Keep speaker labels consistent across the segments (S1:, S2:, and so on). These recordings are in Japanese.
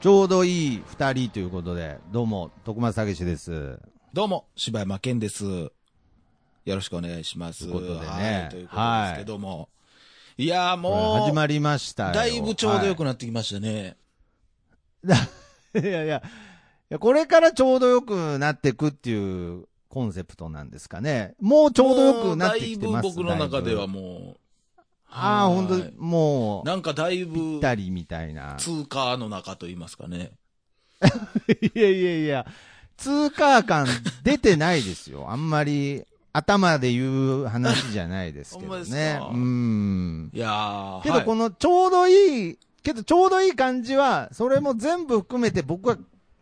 S1: ちょうどいい二人ということで、どうも、徳松たけしです。
S2: どうも、柴山健です。よろしくお願いします。
S1: ということでね
S2: はい、ということですけども。い、やー
S1: これ
S2: も
S1: 始
S2: う、
S1: まりましたよ。
S2: だいぶちょうどよく
S1: な
S2: なってきましたね。
S1: い、いやいや、いやこれからちょうどよくなってくっていうコンセプトなんですかね。もうちょうどよくなってきてます
S2: もうだいぶ僕の中では
S1: だいぶ
S2: もう、
S1: ああ、
S2: は
S1: 本
S2: い
S1: 当にもう、
S2: なんかだい
S1: ぴ
S2: ぶ
S1: っ、たりみたいな。
S2: 通過の中と言いますかね。
S1: いやいやいや、通過感出てないですよ。あんまり頭で言う話じゃないですけど
S2: ほんまです
S1: ね。
S2: か
S1: うん。
S2: いやー、
S1: けどこ
S2: の、
S1: のちょうどいい、けどちょうどいい感じは、それも全部含めて僕は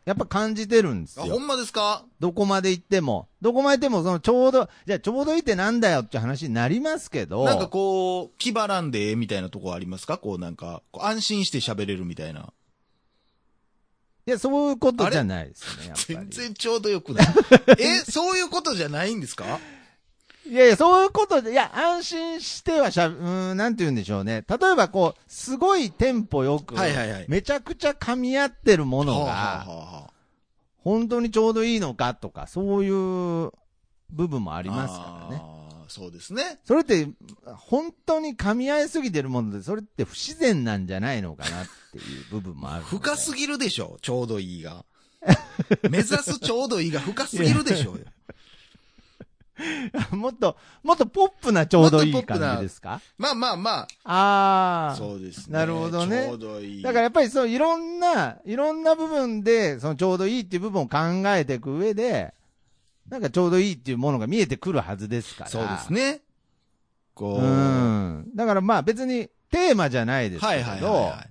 S1: やっぱ感じてるんです
S2: あ、ほ
S1: よ。
S2: んまですか
S1: どこまで行っても。どこまで行っても、そのちょうど、じゃあちょうどいいってなんだよって話になりますけど。
S2: なんかこう、気張らんでええみたいなとこありますかこうなんか、こう安心して喋れるみたいな。
S1: いや、そういうことじゃないですね、やっぱり。
S2: 全然ちょうどよくない。え、そういうことじゃないんで すか
S1: いやいや、そういうことで、いや、安心してはしゃ、うーん、なんて言うんでしょうね。例えばこう、すごいテンポよく、
S2: はいはいはい
S1: めちゃくちゃ噛み合ってるもの
S2: はあ
S1: が、
S2: はあはあ
S1: 本当にちょうどいいのかとか、そういう部分もありますからね。
S2: あーそうですね。
S1: それって、本当に噛み合いすぎてるもので、それって不自然なんじゃないのかなっていう部分もあるので。
S2: 深すぎるでしょ、ちょうどいいが。目指すちょうどいいが深すぎるでしょうよ。
S1: もっと、もっとポップなちょうどい
S2: もっ
S1: い
S2: とポップな
S1: 感じですか
S2: まあまあま
S1: あ
S2: あ、
S1: あ。
S2: そうですね。
S1: なるほどね
S2: ちょうどいい。
S1: だからやっぱりそういろんな、いろんな部分で、そのちょうどいいっていう部分を考えていく上で、なんかちょうどいいっていうものが見えてくるはずですから。
S2: そうです。ね。こう。
S1: う
S2: は
S1: ん。だからまあ別にテーマじゃないで
S2: い
S1: すけど、
S2: はいはいは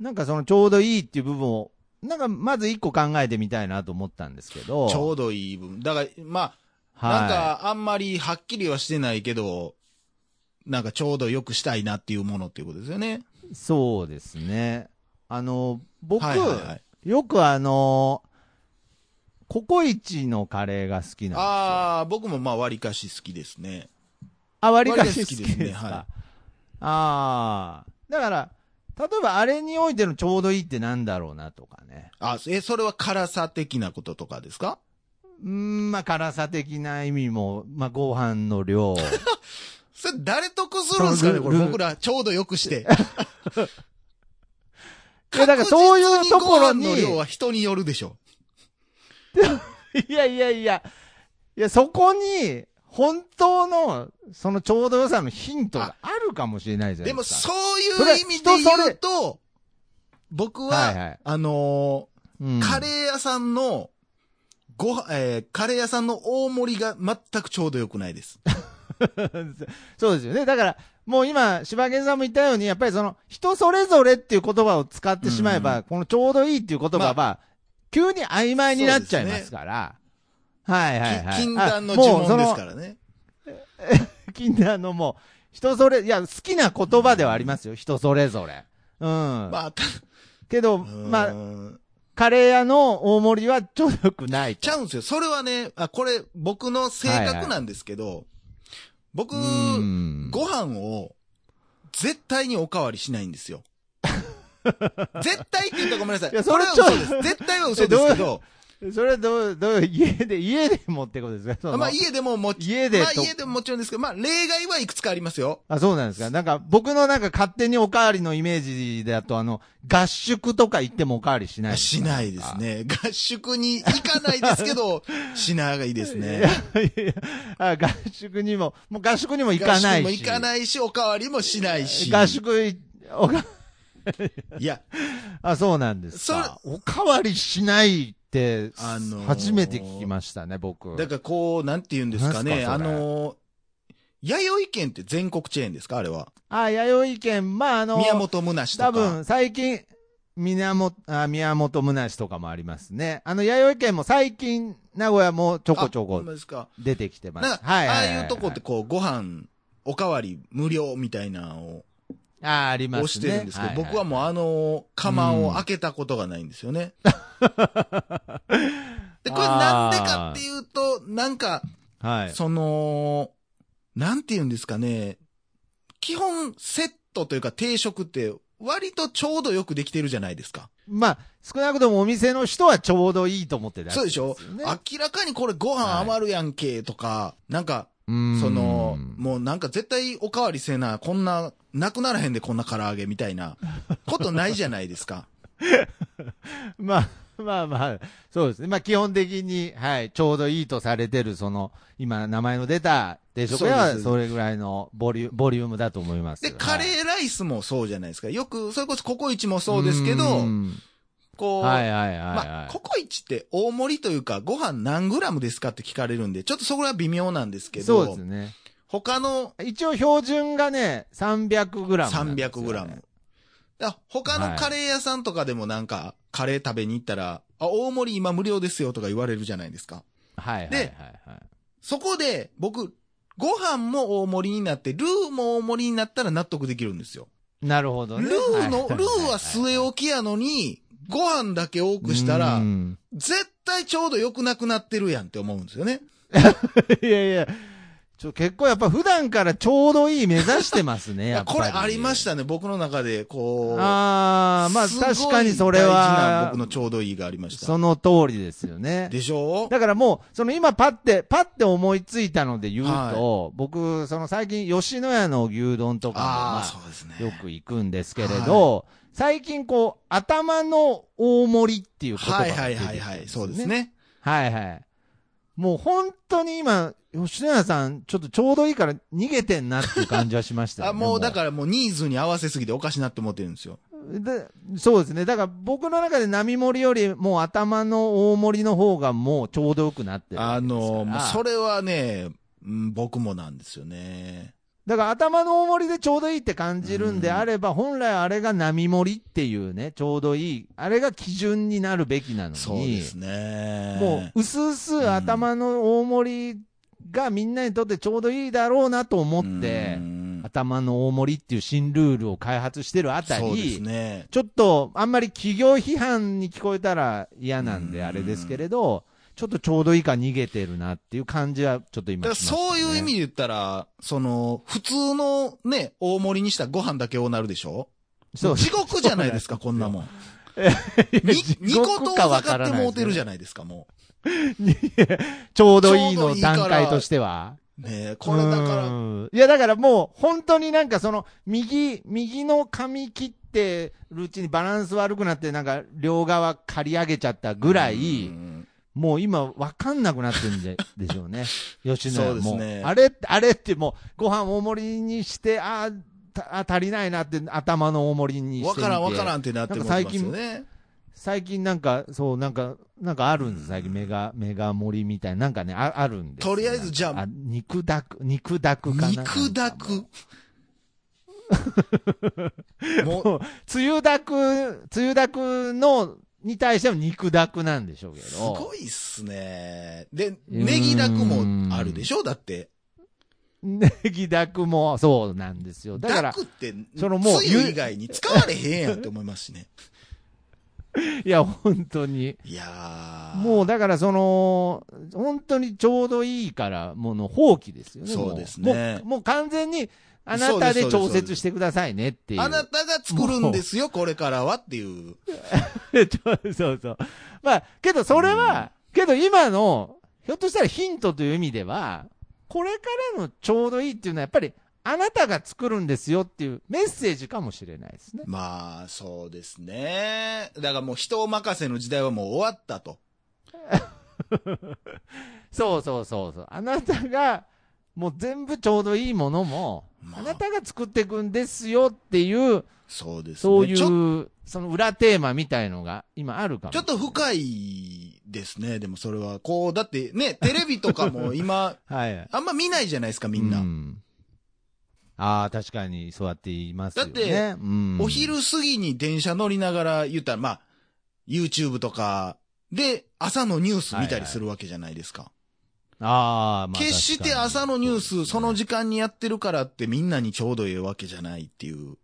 S1: なんかそのちょうどいいっていう部分を、なんかまず一個考えてみたいなと思ったんですけど。
S2: い。ちょうどいい分。だから、まあ、
S1: はい、
S2: なんかあんまりはっきりはしてないけど、なんかちょうどよくしたいなっていうものっていうことですよね。
S1: そうですね。あの、僕、
S2: はいはいはい、
S1: よくあの、ココイチのカレーが好きなんですよ。
S2: ああ、僕もまあ割かし好きですね。
S1: あ、割りかし好
S2: 割りかし
S1: き
S2: 好
S1: で
S2: き
S1: す
S2: です
S1: か。
S2: ねはい
S1: ああ。だから、例えばあれにおいてのちょうどいいってなんだろうなとかね。
S2: あ、え、それは辛さ的なこととかですか
S1: うーん、まあ辛さ的な意味も、まあご飯の 量。
S2: それ誰得するんですかね
S1: そう
S2: これ
S1: ル
S2: 僕らちょうどよくして。
S1: いやだからそういうところに
S2: 確実ご飯の量は人によるでしょ。
S1: いやい やいや。いや、そこに、本当の、そのちょうど良さのヒントがあるかもしれないじゃな
S2: で
S1: いで
S2: も
S1: す
S2: そ
S1: か。
S2: ういう意味で
S1: それ人そ
S2: 言
S1: れ
S2: うと、僕は、
S1: はいはい
S2: あの
S1: で
S2: ー
S1: も
S2: カ
S1: ー。
S2: レー屋さんの、ごは、えーカレー屋さんの大盛りが全くちょうどよくないです。
S1: そうですよね。だから、もう今、柴犬さんも言ったように、やっぱりその、人それぞれっていう言葉を使ってしまえば、このちょうどいいっていう言葉は、急に曖昧になっちゃいますから。はいはいはい。
S2: き禁断の
S1: あ
S2: 呪文で
S1: も
S2: す
S1: うそ
S2: か
S1: の
S2: らね。
S1: 禁断のもう、人それ、いや、好きな言葉ではありますよ。人それぞれ。うん。
S2: まあ、た、
S1: けど、
S2: う
S1: まあ、
S2: ーん
S1: カレー屋の大盛りはちょうどよくないと。
S2: ちゃうんですよ。それはね、あ、これ僕の性格なんですけど、僕、
S1: うん
S2: ご飯を、絶対におかわりしない んですよ。絶対って言ったらごめんなさい。
S1: いやそ
S2: こ
S1: れ
S2: れ
S1: ち
S2: は
S1: ょ
S2: 嘘です。絶対は嘘ですけ
S1: えど
S2: ど、
S1: それはどう、どう、家で、家でもってことですかその
S2: まあ家でももち、
S1: 家で
S2: まあ
S1: と
S2: 家でももちろんですけど、まあ例外はいくつかありますよ。
S1: あ、そうなんですか。なんか、僕のなんか勝手におかわりのイメージだと、あの、合宿とか行ってもおかわりしない。
S2: しないですね。合宿に行かないですけ ど、しないですね。
S1: いやあ合宿にも、もう合宿にも行
S2: 合
S1: かな
S2: 宿
S1: い
S2: も
S1: し。
S2: 行かないし、おかわりもしないし。
S1: 合宿い、おか、
S2: いや、
S1: あ、そうなんですか。おかわりしないって、
S2: あのー
S1: 初めて聞きましたね、僕。
S2: だからこう、なんて言うんですかね。
S1: なんすか
S2: あ
S1: それ
S2: のー、弥生県って全国チェーンですかあれは。
S1: あ、弥生県、まあ、あの、
S2: 宮本むなしとか。
S1: 多分、最近、宮本、あ宮本むなしとかもありますね。あの、弥生県も最近、名古屋もちょこちょ
S2: あほ
S1: こ
S2: んまですか。
S1: 出てきてます。
S2: なんか、
S1: はいはいはい
S2: ああいうとこってこう、ご飯、おかわり無料みたいなのを
S1: あーありますね。
S2: 押してるんですけど、僕は
S1: も
S2: もうあの、釜を開けたことがないんです よね。で、これなんでかっていうと、なんか、
S1: う、はい。
S2: その、なんて言うんですかね、基本セットというか定食って割とちょうどよくできてるじゃないですか。
S1: まあ、少なくともお店の人はちょうどいいと思ってた、
S2: そうでしょ明らかにこれご飯余るやんけとか、なんか、
S1: そ
S2: その、もうなんか絶対おかわりせな、こんな、なくならへんでこんな唐揚げみたいな、ことないじゃないで すか。
S1: まあ、まあまあ、そうですね。まあ基本的に、はい、ちょうどいいとされてる、その、今名前の出た定食屋
S2: そう
S1: は、
S2: です
S1: それぐらいのボリュボリュームだと思います。
S2: で、カレーライスもそうじゃないですか。よく、それこそココイチも
S1: ー
S2: そうですけど、こう、
S1: はいはいはい、はい
S2: まあ、ココイチって大盛りというか、ご飯何グラムですかって聞かれるんで、ちょっとそこは微妙なんですけ
S1: そう
S2: ど、
S1: ですね。
S2: 他の
S1: 一応標準がね、300グラム、
S2: 300グラム。。だから他のカレー屋さんとかでもなんか、カレー食べに行ったら、あ、大盛り今無料ですよとか言われるじゃないですか。
S1: はいはいはい、
S2: で
S1: はい。
S2: そこで、僕、ご飯も大盛りになって、ルーも大盛りになったら納得できるんですよ。
S1: なるほどね。
S2: ルーの、
S1: いいい
S2: ルーは据え置きやのに、ご飯だけ多くしたら
S1: う、ん
S2: 絶対ちょうど良くなくなってるやんって思うんですよね。
S1: いやいや。ちょ、結構やっぱ普段からちょうどいい目指してます ね、
S2: い
S1: や
S2: や
S1: っぱ
S2: これありま
S1: た
S2: したね、僕の中で、こう。
S1: ああ、まあ
S2: すごい
S1: 確かにそれは
S2: 大事な、僕のちょうどいいがありました。
S1: その通りですよね。
S2: でしょ
S1: だからもう、その今パって、パって思いついたので言うと、僕、その最近吉野家の牛丼と
S2: ああ、
S1: か
S2: そ
S1: も、ま
S2: うですね
S1: あ、。よく行くんですけれど、最近こう、頭の大盛りっていう言葉が
S2: はい
S1: 出てきて
S2: は
S1: るん
S2: い
S1: ですよ
S2: は
S1: ね
S2: いはい。そうです。ね。
S1: はいはい。もう本当に今、吉野家さん、ちょっとちょうどいいから逃げてんなっていう感じはしました、ね。
S2: あ、もうだからもうニーズに合わせすぎておかしなって思ってるんですよ。
S1: で、そうですね。だから僕の中で並盛りよりもう頭の大盛りの方がもうちょうどよくなってるわ
S2: あ
S1: けですから。
S2: の、もうそれはね、うん僕もなんですよね。
S1: だから頭の大盛りでちょうどいいって感じるんであれば、本来あれが並盛りっていうね、ちょうどいい、あれが基準になるべきなのに、
S2: そうですね。
S1: もう、うすうす頭の大盛りがみんなにとってちょうどいいだろうなと思って
S2: う、ん
S1: 頭の大盛りっていう新ルールを開発してるあたり、
S2: そうですね。
S1: ちょっと、あんまり企業批判に聞こえたら嫌なんで、
S2: うん
S1: あれですけれど、ちょっとちょうどいいから逃げてるなっていう感じは、ちょっと
S2: だか
S1: 今
S2: ら
S1: しましたね、
S2: そういう意味で言ったら、その、普通のね、大盛りにしたらご飯だけをなるでしょ
S1: そう、
S2: 地獄じゃないですか、こんなもん。 に、二
S1: 個
S2: 個と分かってもうてるじゃないですか、も
S1: ちょうどいいの段階としては。
S2: う。ねえこれだ
S1: う
S2: か
S1: んいや、だからもう、本当になんかその、右、右の髪切ってるうちにバランス悪くなって、なんか、両側刈り上げちゃった
S2: ら。
S1: ぐら
S2: う
S1: い、
S2: ん
S1: もう今、わかんなくなってる んででしょうね。吉野
S2: そう
S1: 家
S2: です
S1: もう。
S2: ね
S1: あれ、あれってもう、ご飯大盛りにして、あーたあ、足りないなって、頭の大盛りにしてみ
S2: わ
S1: て。
S2: からんわから
S1: ん。
S2: んってなってもうてますよね。
S1: 最近なんか、そう、なんか、なんかあるんです。最近メガ、メガ盛りみたいな、なんかね、ああるんですよ。
S2: とりあえずじゃあ
S1: なんか肉だく、肉だくかな。
S2: 肉だく。 もう、
S1: もう、つゆだく、つゆだくの、に対しても肉だくなんでしょうけど。
S2: すごいっすね。で、ネギだくもあるでしょだって。
S1: ネギだくも、そうなんですよ。だから
S2: だ、くって、
S1: そのもう
S2: つゆ以外に使われへんやんって思いますしね。
S1: いや、本当に。
S2: いやー。
S1: もう、だから、その、本当にちょうどいいから、もうの放棄ですよね。も
S2: そうですね
S1: もう、もう完全に、あなたで調節してくださいねっていう。
S2: あなたが作るんですよ、これからはっていう。
S1: そうそうそう。まあ、けどそれは、けど今の、ひょっとしたらヒントという意味では、これからのちょうどいいっていうのは、やっぱり、あなたが作るんですよっていうメッセージかもしれないですね。
S2: まあ、そうですね。だからもう人を任せの時代はもう終わったと。
S1: そうそうそうそう。あなたが、もう全部ちょうどいいものも、
S2: まあ
S1: あなたが作っていくんですよっていう、
S2: そうですね。
S1: そういう、
S2: ちょ
S1: その裏テーマみたいのが今あるかも。
S2: ちょっと深いですね。でもそれは、こう、だってね、テレビとかも今、
S1: はい。
S2: あんま見ないじゃないですか、みんな。
S1: うんああ、確かに、そうやって言いますよね。
S2: だって
S1: うん
S2: お昼過ぎに電車乗りながら言ったら、まあ、YouTube とか、で、朝のニュース見たりするわけじゃないですか。
S1: ああ、まあ。
S2: 決して朝のニュース、その
S1: 時
S2: 時間にやってるからってみんなにちょうどええわけじゃないっていう、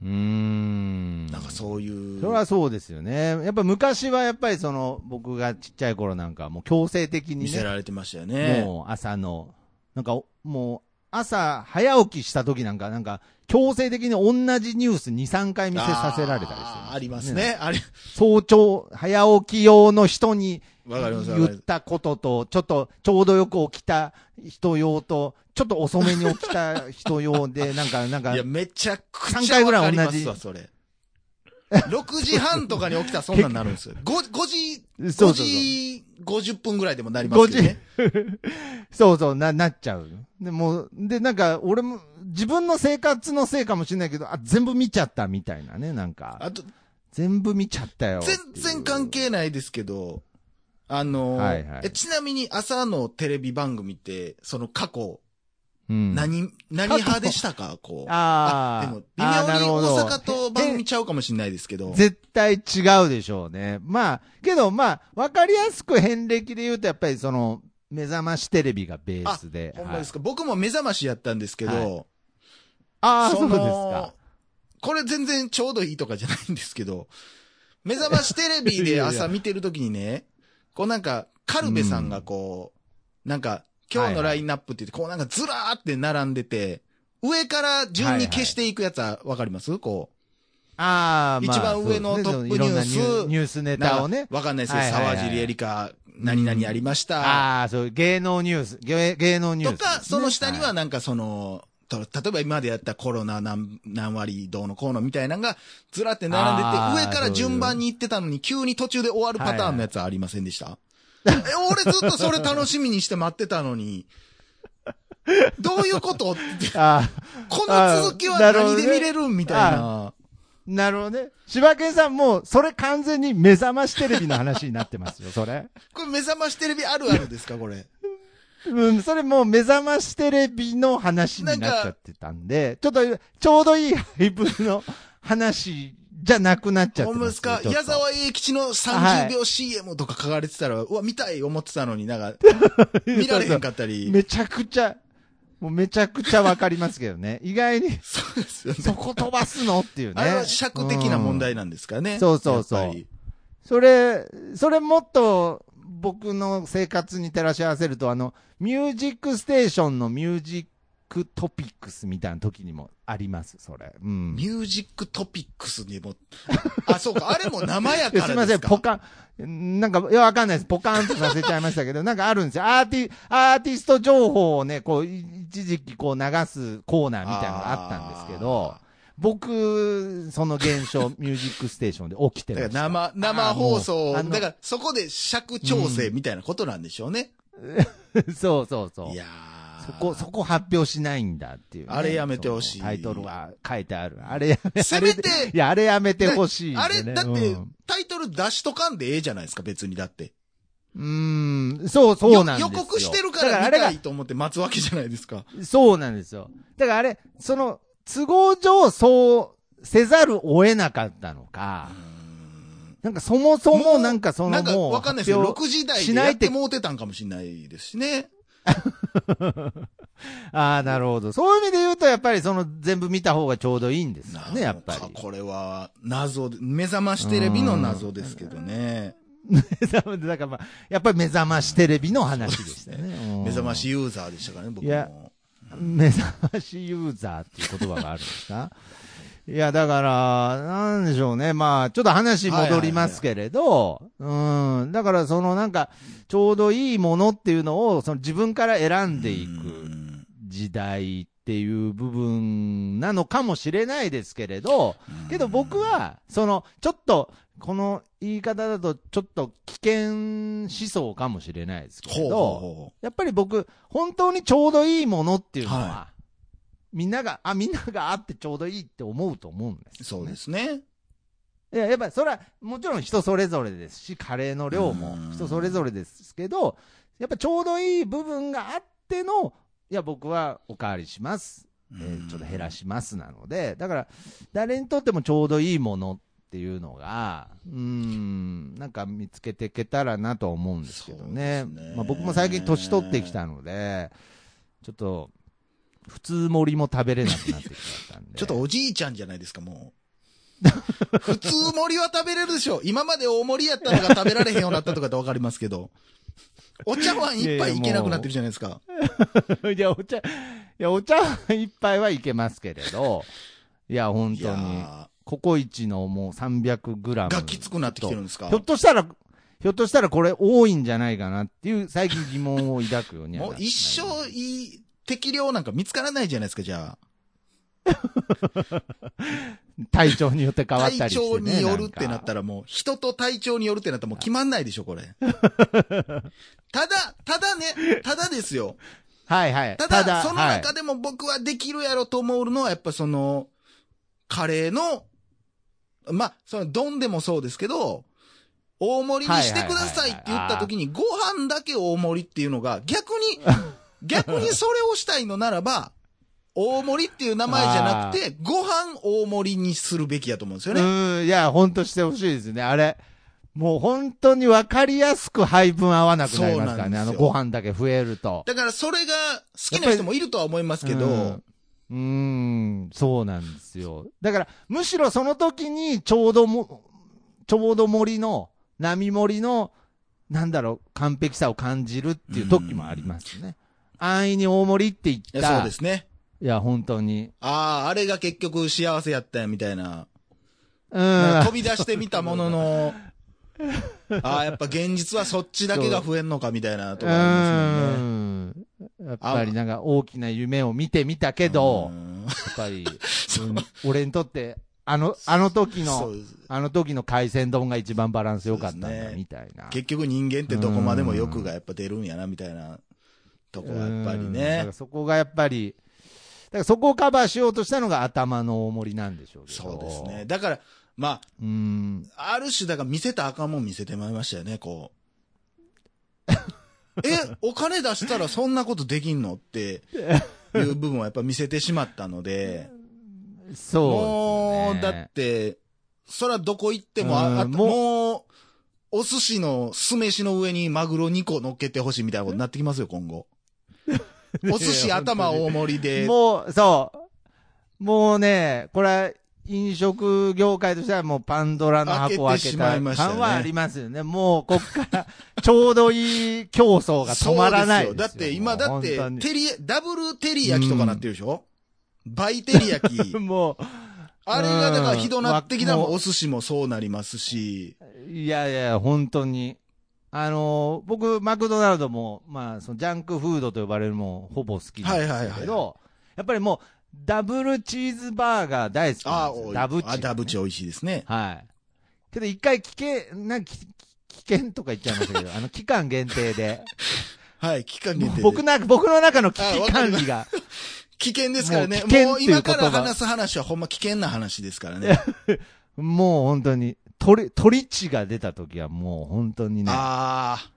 S1: うーん。
S2: なんかそういう。
S1: それはそうですよね。やっぱ昔はやっぱりその、僕がちっちゃい頃なんかもう強制的に
S2: 見せ
S1: ね、
S2: られてましたよね。
S1: もう朝の、なんかおもう、朝早起きした時なんか、なんか、強制的に同じニュース2、3回見せさせられたりする、
S2: あーあります。ね。あれ、
S1: 早朝、早起き用の人に
S2: わかりますわ
S1: 言
S2: か
S1: っ
S2: ります。
S1: たことと、ちょっと、ちょうどよく起きた人用と、ちょっと遅めに起きた人用で、なんか、なんか
S2: いや、、めちゃく
S1: 三
S2: ち
S1: 回
S2: ゃ
S1: ぐら
S2: わ
S1: い
S2: か
S1: 同
S2: り
S1: じ
S2: ますわ、それ。6時半とかに起きたらそんなんなるんですよ。5, 時、
S1: そうそうそ
S2: 5
S1: う
S2: 時50分ぐらいでもなりますけどね。
S1: そうそう、な、なっちゃう。で、もう、で、なんか、俺も、自分の生活のせいかもしれないけど、あ、全部見ちゃったみたいなね、なんか。
S2: あと、
S1: 全部見ちゃったよ。
S2: 全然関
S1: 係。
S2: 係ないですけど、あのー
S1: はいはい
S2: えちなみに朝のテレビ番組って、その過去、
S1: うん。
S2: 何、何派でしたかこう。
S1: あー
S2: でも、微
S1: あーなるほ
S2: 妙に
S1: ど
S2: 大阪と番組ちゃうかもしれないですけど。
S1: 絶対違うでしょうね。まあ、けどまあ、わかりやすく遍歴で言うと、やっぱりその、目覚ましテレビがベースで。
S2: ほんまです
S1: か
S2: か、僕も目覚ましやったんですけど、
S1: はああ、そ
S2: の
S1: うですか。
S2: これ全然ちょうどいいとかじゃないんですけど、目覚ましテレビ
S1: いやい
S2: で
S1: や
S2: 朝見てるときにね、こうなんか、カルベさんがこう、なんか、今日のラインナップって言って、こうなんかずらーって並んでて、上から順に消していくやつはわかります、こ
S1: ああ、まあ。
S2: 一番上の
S1: そうですね
S2: トップ
S1: いろんな
S2: ニュース
S1: ニュース
S2: う。
S1: ネ
S2: なん
S1: タ
S2: か
S1: をね。
S2: わかんないですけど、
S1: はいはいはい
S2: 沢尻エリカ、何々ありました。
S1: ああ、そう、芸能ニュース、芸芸能ニュー
S2: と
S1: スですね、
S2: か、その下に
S1: は
S2: はなんかその、と例えば今までやったコロナ何何割どうのこうのみたいなのが、ずらって並んで
S1: あー
S2: て、上から順番に行ってたのに、急に途中で終わるパターンのやつはありませんでした、え、俺ずっとそれ楽しみにして待ってたのに、どういうことって
S1: いああ、
S2: この続きは
S1: なるほ
S2: 何
S1: どね
S2: で見れるみたいな。
S1: なるほどね。柴犬さんもう、それ完全に目覚ましテレビの話になってますよ、それ。
S2: これ目覚ましテレビあるあるですかこれ。
S1: うん、それもう目覚ましテレビの話になっちゃってたんで、ちょっと、ちょうどいい配分の話じゃなくなっちゃって
S2: ほん
S1: ます
S2: ま
S1: よ。
S2: ですか
S1: ちょっと
S2: 矢沢永吉の
S1: は
S2: 30
S1: い
S2: 秒 CM とか書かれてたら、うわ、見たい思ってたのになんか、見られへんかったり。
S1: めちゃくちゃ、もうめちゃくちゃわかりますけどね。意外に、
S2: そうですよね。
S1: そこ飛ばすのっていうね。
S2: あれは尺的な問
S1: う
S2: 題
S1: ん
S2: なんですかね。
S1: んそうそうそう
S2: やっぱり
S1: それ、それもっと、僕の生活に照らし合わせると、あの、ミュージックステーションのミュージックトピックスみたいな時にもあります、それ。うん。
S2: ミュージックトピックスにも、あ、そうか、あれも生や
S1: い
S2: からで
S1: や
S2: すか。
S1: すいません、ポカン、なんか、いや、わかんないです。ポカンとさせちゃいましたけど、なんかあるんですよ。アーティ、アーティスト情報をね、こう、い一時期こう流すコーナーみたいなのがあったんですけど、僕、その現象、ミュージックステーションで起きて
S2: だ
S1: ま
S2: か
S1: した。
S2: ら生、生放送
S1: あ、ーもうあの
S2: だからそこで尺調整みたいなことなんでしょうね。
S1: そうそうそう
S2: い。やー
S1: そこ、そこ発表しないんだっていうね、
S2: あれやめてほしい
S1: そのタイトルは書いてある。あれやめ、
S2: せめて
S1: あれでいや、 あれやめてほしい、
S2: あれ、だって
S1: うん、
S2: タイトル出しとかんでええじゃないですか、別にだって。
S1: うん、そう、そうなんです
S2: よ
S1: よ。
S2: 予告してるか
S1: だ
S2: ら
S1: あ
S2: 見
S1: れ
S2: た
S1: が
S2: いと思って待つわけじゃないですか。
S1: そうなんですよ。だからあれ、その、都合上、そうせざるを得なかったのか、なんかそもそ
S2: も
S1: も、
S2: う
S1: なんかその
S2: なんか
S1: もう、
S2: わかんないですよ。
S1: 発表
S2: 6時台
S1: し
S2: で
S1: な
S2: や
S1: い
S2: っ
S1: って
S2: てもうてたんかもしれないですしね。
S1: ああ、なるほど。そういう意味で言うと、やっぱりその全部見た方がちょうどいいんですよ
S2: なんか
S1: ね、やっぱり。
S2: これは謎で、目覚ましテレビの謎ですけどね。
S1: だからまあ、やっぱり目覚ましテレビの話でしたね。うん
S2: 目覚まし。ユーザーでしたからね、僕
S1: いや
S2: も。
S1: 目覚ましユーザーっていう言葉があるんですか いや、だから、なんでしょうね。まあ、ちょっと話戻りますけれど、うん。だから、そのなんか、ちょうどいいものっていうのを、その自分から選んでいく時代っていう部分なのかもしれないですけれど、けど僕は、その、ちょっと、この言い方だと、ちょっと危険思想かもしれないですけ
S2: ほ
S1: れ
S2: うほう
S1: ど、
S2: ほ
S1: やっぱり僕、本当にちょうどいいものっていうのは、
S2: は
S1: みんなが、あ、みんながあってちょうどいいって思うと思うんです、。
S2: う。そうですすね。
S1: いや、やっぱりそれは、もちろん人それぞれですし、カレーの量も
S2: うん
S1: 人それぞれですけど、やっぱちょうどいい部分があっての、いや、僕はお代わりします。えーちょっと減ら
S2: し。
S1: しますなので、だから、誰にとってもちょうどいいものっていうのが、うーん、なんか見つけていけたらなと思うんですけどね。
S2: そうですね
S1: まあ僕も最近年取ってきたので、ちょっと、普通盛りも食べれなくなってきちゃったんで。
S2: ちょっとおじいちゃんじゃないですか、もう。普通盛りは食べれるでしょ。今まで大盛りやったのが食べられへんようになったとかってわかりますけど。お茶碗一杯いけなくなってるじゃないですか。
S1: いや、お茶、いや、お茶一杯はいけますけれど、いや、本
S2: いや
S1: 当に、
S2: ー
S1: ココイチのもう300グラム。
S2: がきつくなってきてるんですか
S1: ひょっとしたら、ひょっとしたらこれ多いんじゃないかなっていう、最近疑問を抱くようには
S2: も
S1: な
S2: う
S1: って
S2: 一生いい、適量なんか見つからないじゃないですか、じゃあ。
S1: 体調によって変わった
S2: 体
S1: りして、ね。
S2: 調によるってなった
S1: ら。
S2: らもう、人と体調によるってなったらもう決まんないでしょ、これ。 ただ、ただね、ただですよ。
S1: はいはい。
S2: ただ、その中でも僕はできるやろと思うのは、やっぱその、カレーの、まあ、その、丼でもそうですけど、大盛りにしてくださいって言った時に、ご飯だけ大盛りっていうのが、逆 に、逆にそれをしたいのならば、大盛りっていう名前じゃなく て、ご飯大盛りにするべきやと思うんですよね。
S1: うん、いや、ほんとしてほしいですね。あれ、もう本当にわかりやすく配分合わなくなりますからね。
S2: そうな
S1: あ
S2: んですよ
S1: の、ご飯だけ増えると。
S2: だからそれが好きな人もいるとは思いますけど、
S1: うんうーん、そうなんですよ。だから、むしろその時に、ちょうども、ちょうど森の、波森の、なんだろう、完璧さを感じるっていう時もありますね。安易に大盛りって言
S2: い
S1: っ
S2: や
S1: た。
S2: そうですね。
S1: いや、本当に。
S2: ああ、あれが結局幸せやったんやみたいな。
S1: う
S2: な
S1: ん
S2: んか。飛び出してみたもの の、ああ、やっぱ現実はそっちだけが増えんのかみたいなと
S1: う
S2: こありま
S1: ん。やっぱりなんか大きな夢を見てみたけ
S2: すも
S1: ど、
S2: んね。
S1: やっぱり、
S2: そう
S1: うん俺にとって、あの、あの時
S2: そ
S1: の、
S2: うです
S1: あの時の海鮮丼が一番バランス良かったんだ
S2: そうです、ね
S1: みたいな。
S2: 結局人間ってどこまでも欲がやっぱ出るんやなみたいなとこはやっぱり
S1: うんだか
S2: ね
S1: ら。そこがやっぱり、だからそこをカバーしようとしたのが頭の大盛りなんでしょうけど。
S2: そうですね。。だから、ま
S1: うん。
S2: あ、ある種だから見せたらあかんもん見せてまいりましたよね、こう。え、 お金出したらそんなことできんのっていう部分はやっぱ見せてしまったので。
S1: そう
S2: も
S1: ですね。
S2: う、だって、そらどこ行っても、ああ
S1: うん
S2: もう、お寿司の酢飯の上にマグロ2個乗っけてほしいみたいなことになってきますよ、今 後。お寿司頭大盛りで。
S1: もう、そう。もうね、これは飲食業界としてはもうパンドラの箱を開けた感はありますよね。もうこっからちょうどいい競争が止まらない
S2: そう
S1: ですよ。
S2: ですよ
S1: も
S2: だって今
S1: う
S2: だって
S1: 本、
S2: テリ、ダブルテリヤキとかなってるでしょ、バイテリヤキ
S1: 当。にも
S2: あれがだからひどなってきたらも
S1: う
S2: うんお寿司もそうなりますし。
S1: う、いやいや、本当に。あのー僕、マクドナルドも、まあ、そのジャンクフードと呼ばれるもんほぼ好きなんですけど、
S2: はいはいはい
S1: やっぱりもう、ダブルチーズバーガー大好き
S2: あ
S1: な
S2: あ
S1: んです
S2: お
S1: よ。
S2: い
S1: ダブチ、
S2: あ、ダブチ美味しいですね。
S1: はい。けど一回危険、なんかき危険とか言っちゃいましたけど、あの期間限定で。
S2: はい、期間 限定で。
S1: 僕な、僕の中の危
S2: あわ
S1: 機
S2: か
S1: 管
S2: りま
S1: 理が。
S2: 危険ですからね
S1: もう危。険
S2: も
S1: っ
S2: う
S1: ていう
S2: 今
S1: 言葉
S2: から話す話はほんま危険な話ですからね。
S1: もう本当に、鳥、鳥血が出た時はもう本当にね、
S2: ああ。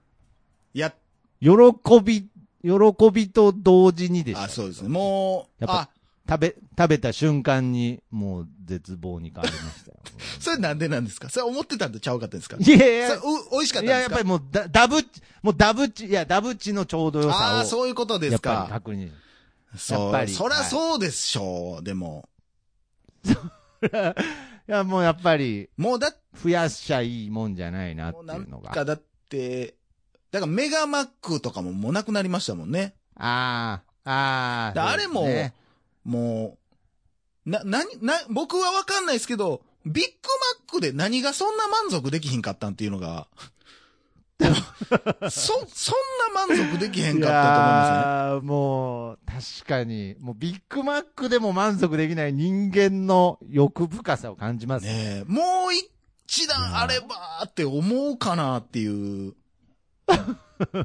S2: や、
S1: 喜び、喜びと同時にで
S2: あ
S1: す。
S2: そうですね。もう、
S1: やっぱ
S2: あ、
S1: 食べ、食べた瞬間に、もう絶望に変わりましたよ。
S2: それなんでなんですかそれ思ってたんとちゃうかったんですか
S1: いやいやいや
S2: それ、う美味しかったん
S1: い
S2: ですか
S1: や、やっぱりもうダ、ダブ、もうダブチ、いや、ダブチのちょうど良
S2: ああ、
S1: さを、
S2: そういうことで
S1: や
S2: す
S1: っぱり
S2: か。
S1: 確認。
S2: そ
S1: や
S2: う
S1: っぱり
S2: そら
S1: はい
S2: そうでしょう、でも。
S1: いや、もうやっぱり、
S2: もうだっ
S1: 増やしちゃいいもんじゃないなっていうの
S2: か、
S1: が。
S2: だって、だからメガマックとかももうなくなりましたもんね。
S1: ああ、ああ。
S2: だ
S1: そうです
S2: あれ
S1: ね
S2: もう、な、なに、な、僕はわかんないですけど、ビッグマックで何がそんな満足できひんかったんっていうのが、 そ、そんな満足できへんかったと思いますね。
S1: いやーもう、確かに、もうビッグマックでも満足できない人間の欲深さを感じます。
S2: ねえ、もう一段あればって思うかなっていう。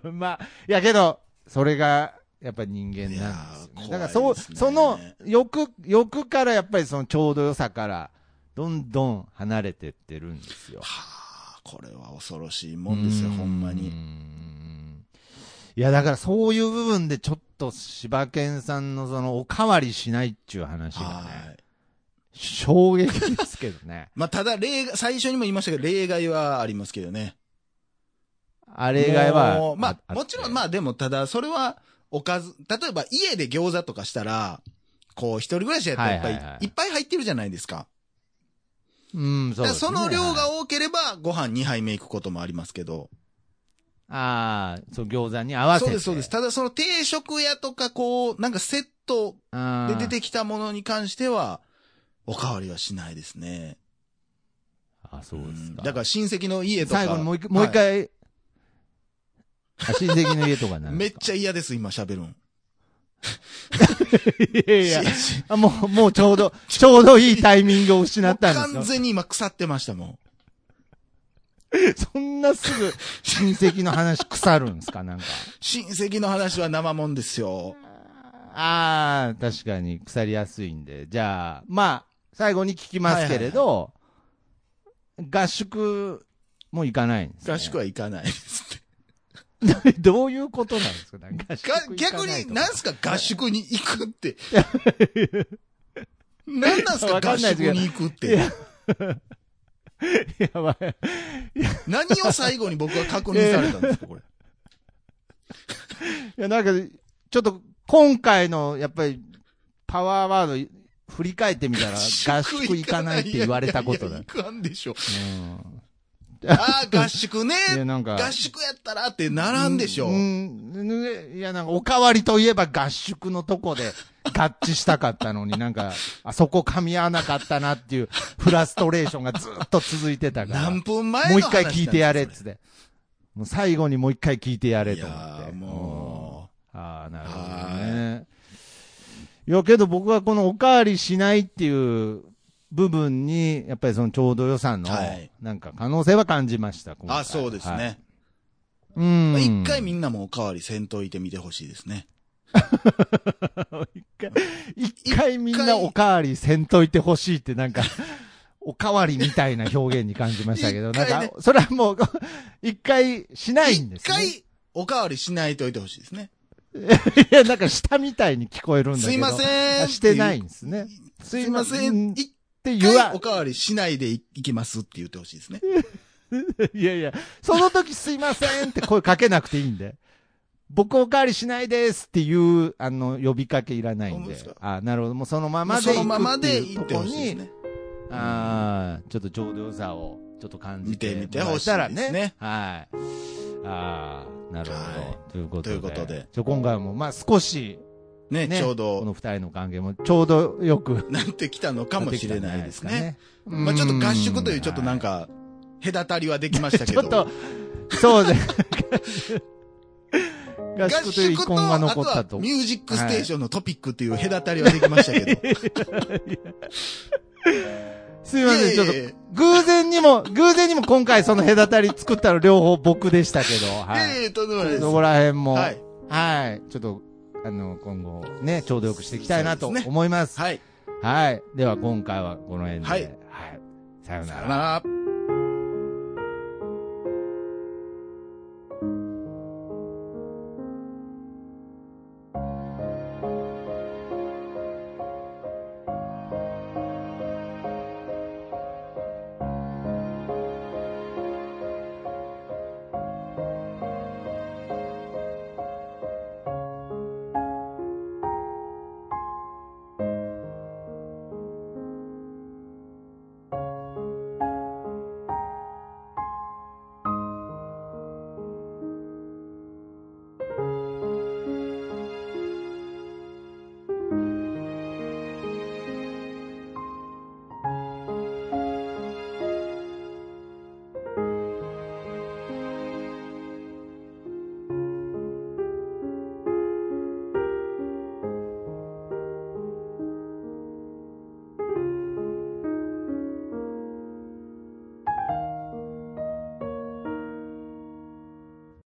S1: まあ、いやけど、それが、やっぱり人間なんですよ、
S2: いや
S1: ね。
S2: ー
S1: だから、
S2: 怖
S1: そ、
S2: いうですね
S1: その欲、欲からやっぱりそのちょうど良さから、どんどん離れてってるんですよ。
S2: はあ、これは恐ろしいもんですよ、ほんま
S1: う
S2: に。
S1: んいや、だからそういう部分でちょっと柴犬さんのそのおかわりしないっていう話が
S2: は
S1: ね、
S2: い。。
S1: 衝撃ですけどね
S2: まあ、ただ例外、最初にも言いましたけど、例外はありますけどね。
S1: あれ以外
S2: も
S1: は
S2: う。まあ、
S1: って
S2: もちろん、まあでも、ただ、それは、おかず、例えば家で餃子とかしたら、こう、一人暮らしやったらいっぱい、
S1: はいいはいはい
S2: っぱい入ってるじゃないですか。
S1: うん、そう
S2: だ
S1: で
S2: から
S1: すね、
S2: その量が多ければ、ご飯2杯目行くこともありますけど。
S1: ああ、そう、餃子に合わせ
S2: そう
S1: て。
S2: です、そうです。ただ、その定食屋とか、こう、なんかセット
S1: あ
S2: で
S1: ー
S2: 出てきたものに関しては、おかわりはしないですね。
S1: あ、そうですか。
S2: んだから親戚の家とか。
S1: 最後にもう一回、もう一回、あ親戚の家とか
S2: は
S1: ないん
S2: め
S1: で
S2: っ
S1: すか。
S2: ちゃ嫌です、今喋るん。
S1: いやいや
S2: しし
S1: あもう、もうちょうど、ちょうどいいタイミングを失った
S2: もうん
S1: で
S2: 完
S1: すよ。
S2: 全に今腐ってましたもん。
S1: そんなすぐ親戚の話腐るんですか なんか。
S2: 親戚の話は生もんですよ。
S1: ああ、確かに腐りやすいんで。じゃあ、まあ、最後に聞きますけれど、合宿も行かないんです、ね、
S2: 合宿は行かないですって。
S1: どういうことなんですかなんか合宿
S2: が
S1: 行か
S2: 逆
S1: ないと
S2: に、
S1: か
S2: なんすか合宿に行く って。なんなんすか
S1: わか
S2: 合
S1: んないで
S2: 宿
S1: すけど
S2: に行くっ
S1: い
S2: て
S1: や。やばい。
S2: 何を最後に僕は確認されたんですか、これ。
S1: いや、なんか、ちょっと、今回の、やっぱり、パワーワード、振り返ってみた ら、合宿行かないって言われたこと
S2: い
S1: だ。
S2: やいや行かんでしょ。
S1: うん
S2: ああ、合宿ね。
S1: いや、なんか。
S2: 合宿やったらってならんでしょ
S1: う。ん。うんいや、なんか、おかわりといえば合宿のとこで合致したかったのに、 なんか、あそこ噛み合わなかったなっていう、フラストレーションがずっと続いてたから。
S2: 何分前の
S1: もう
S2: 話な
S1: 一回
S2: んですか
S1: 聞いてやれっ
S2: そ
S1: つって。もう最後にもう一回聞いてやれ
S2: い
S1: と
S2: や
S1: 思って。
S2: ーも
S1: うん。ああ、なるほどね。いや、けど僕はこのおかわりしないっていう部分に、やっぱりそのちょうど予算の
S2: はい、
S1: なんか可能性は感じました、今回
S2: あ、そうです。
S1: はい
S2: ね。
S1: うん。
S2: 一、回みんなもおかわりせんといてみてほしいですね。
S1: 一回みんなおかわりせんといてほしいって なんか、おかわりみたいな表現に感じましたけど、
S2: 一
S1: なん
S2: 回ね
S1: か、それはもう、一回しないんで
S2: 一
S1: すね。
S2: 回おかわりしないといてほしいですね。
S1: いや、なんか下みたいに聞こえるんだけど。
S2: すいませ
S1: あ
S2: ん。
S1: してないんですね。す
S2: す
S1: い
S2: い
S1: ま
S2: ま
S1: せ
S2: せ
S1: ん。っ
S2: ん。
S1: て言
S2: 一回お
S1: わ、
S2: かわりしないでいいきますって言ってほしいですね。
S1: いやいや、その時すいませんって声かけなくていいんで。僕おかわりしないですっていう、あの、呼びかけいらないん
S2: そう
S1: で
S2: ですか。
S1: あなるほど。もうそのまま
S2: まあ、
S1: で
S2: そ
S1: 行くっていうとこに。
S2: のままで言ってほしいですね。
S1: ああ、ちょっとちょうど良さを、ちょっと感じて。
S2: 見てみてほしいですね
S1: ね。はい。ああ、なるほど。
S2: は
S1: ということで。
S2: ということで
S1: ちょ今回も、まあ少し、
S2: ね、
S1: ね
S2: ちょう
S1: こ
S2: ど、
S1: の二人の関係もちょうどよく
S2: なってきたのかもしれないですね。。ま
S1: ま
S2: あちょっと合宿というちょっとなん、か、隔たりはできました け
S1: ちょ
S2: ど。
S1: っと、そう で合
S2: 合
S1: 宿という遺恨
S2: 宿と、
S1: が
S2: あ
S1: 残
S2: と
S1: った
S2: は
S1: と
S2: ミ。ュージックステーションのトピックという隔たりはできまし たけど。
S1: すいません、ちょっと
S2: いやいやいや。
S1: 偶然にも、偶然にも今回その隔たり作ったの両方僕でしたけど、
S2: い
S1: は
S2: やいやとんでもないで
S1: い。
S2: す。
S1: そこら辺も、
S2: は
S1: はいい。。ちょっと、あの、今後、ね、ちょうどよくしていきたいなと
S2: そうですね
S1: 思います。
S2: はい。
S1: はい。では今回はこの辺で。
S2: は
S1: はいい。さよう
S2: さ
S1: なら
S2: よな。ら。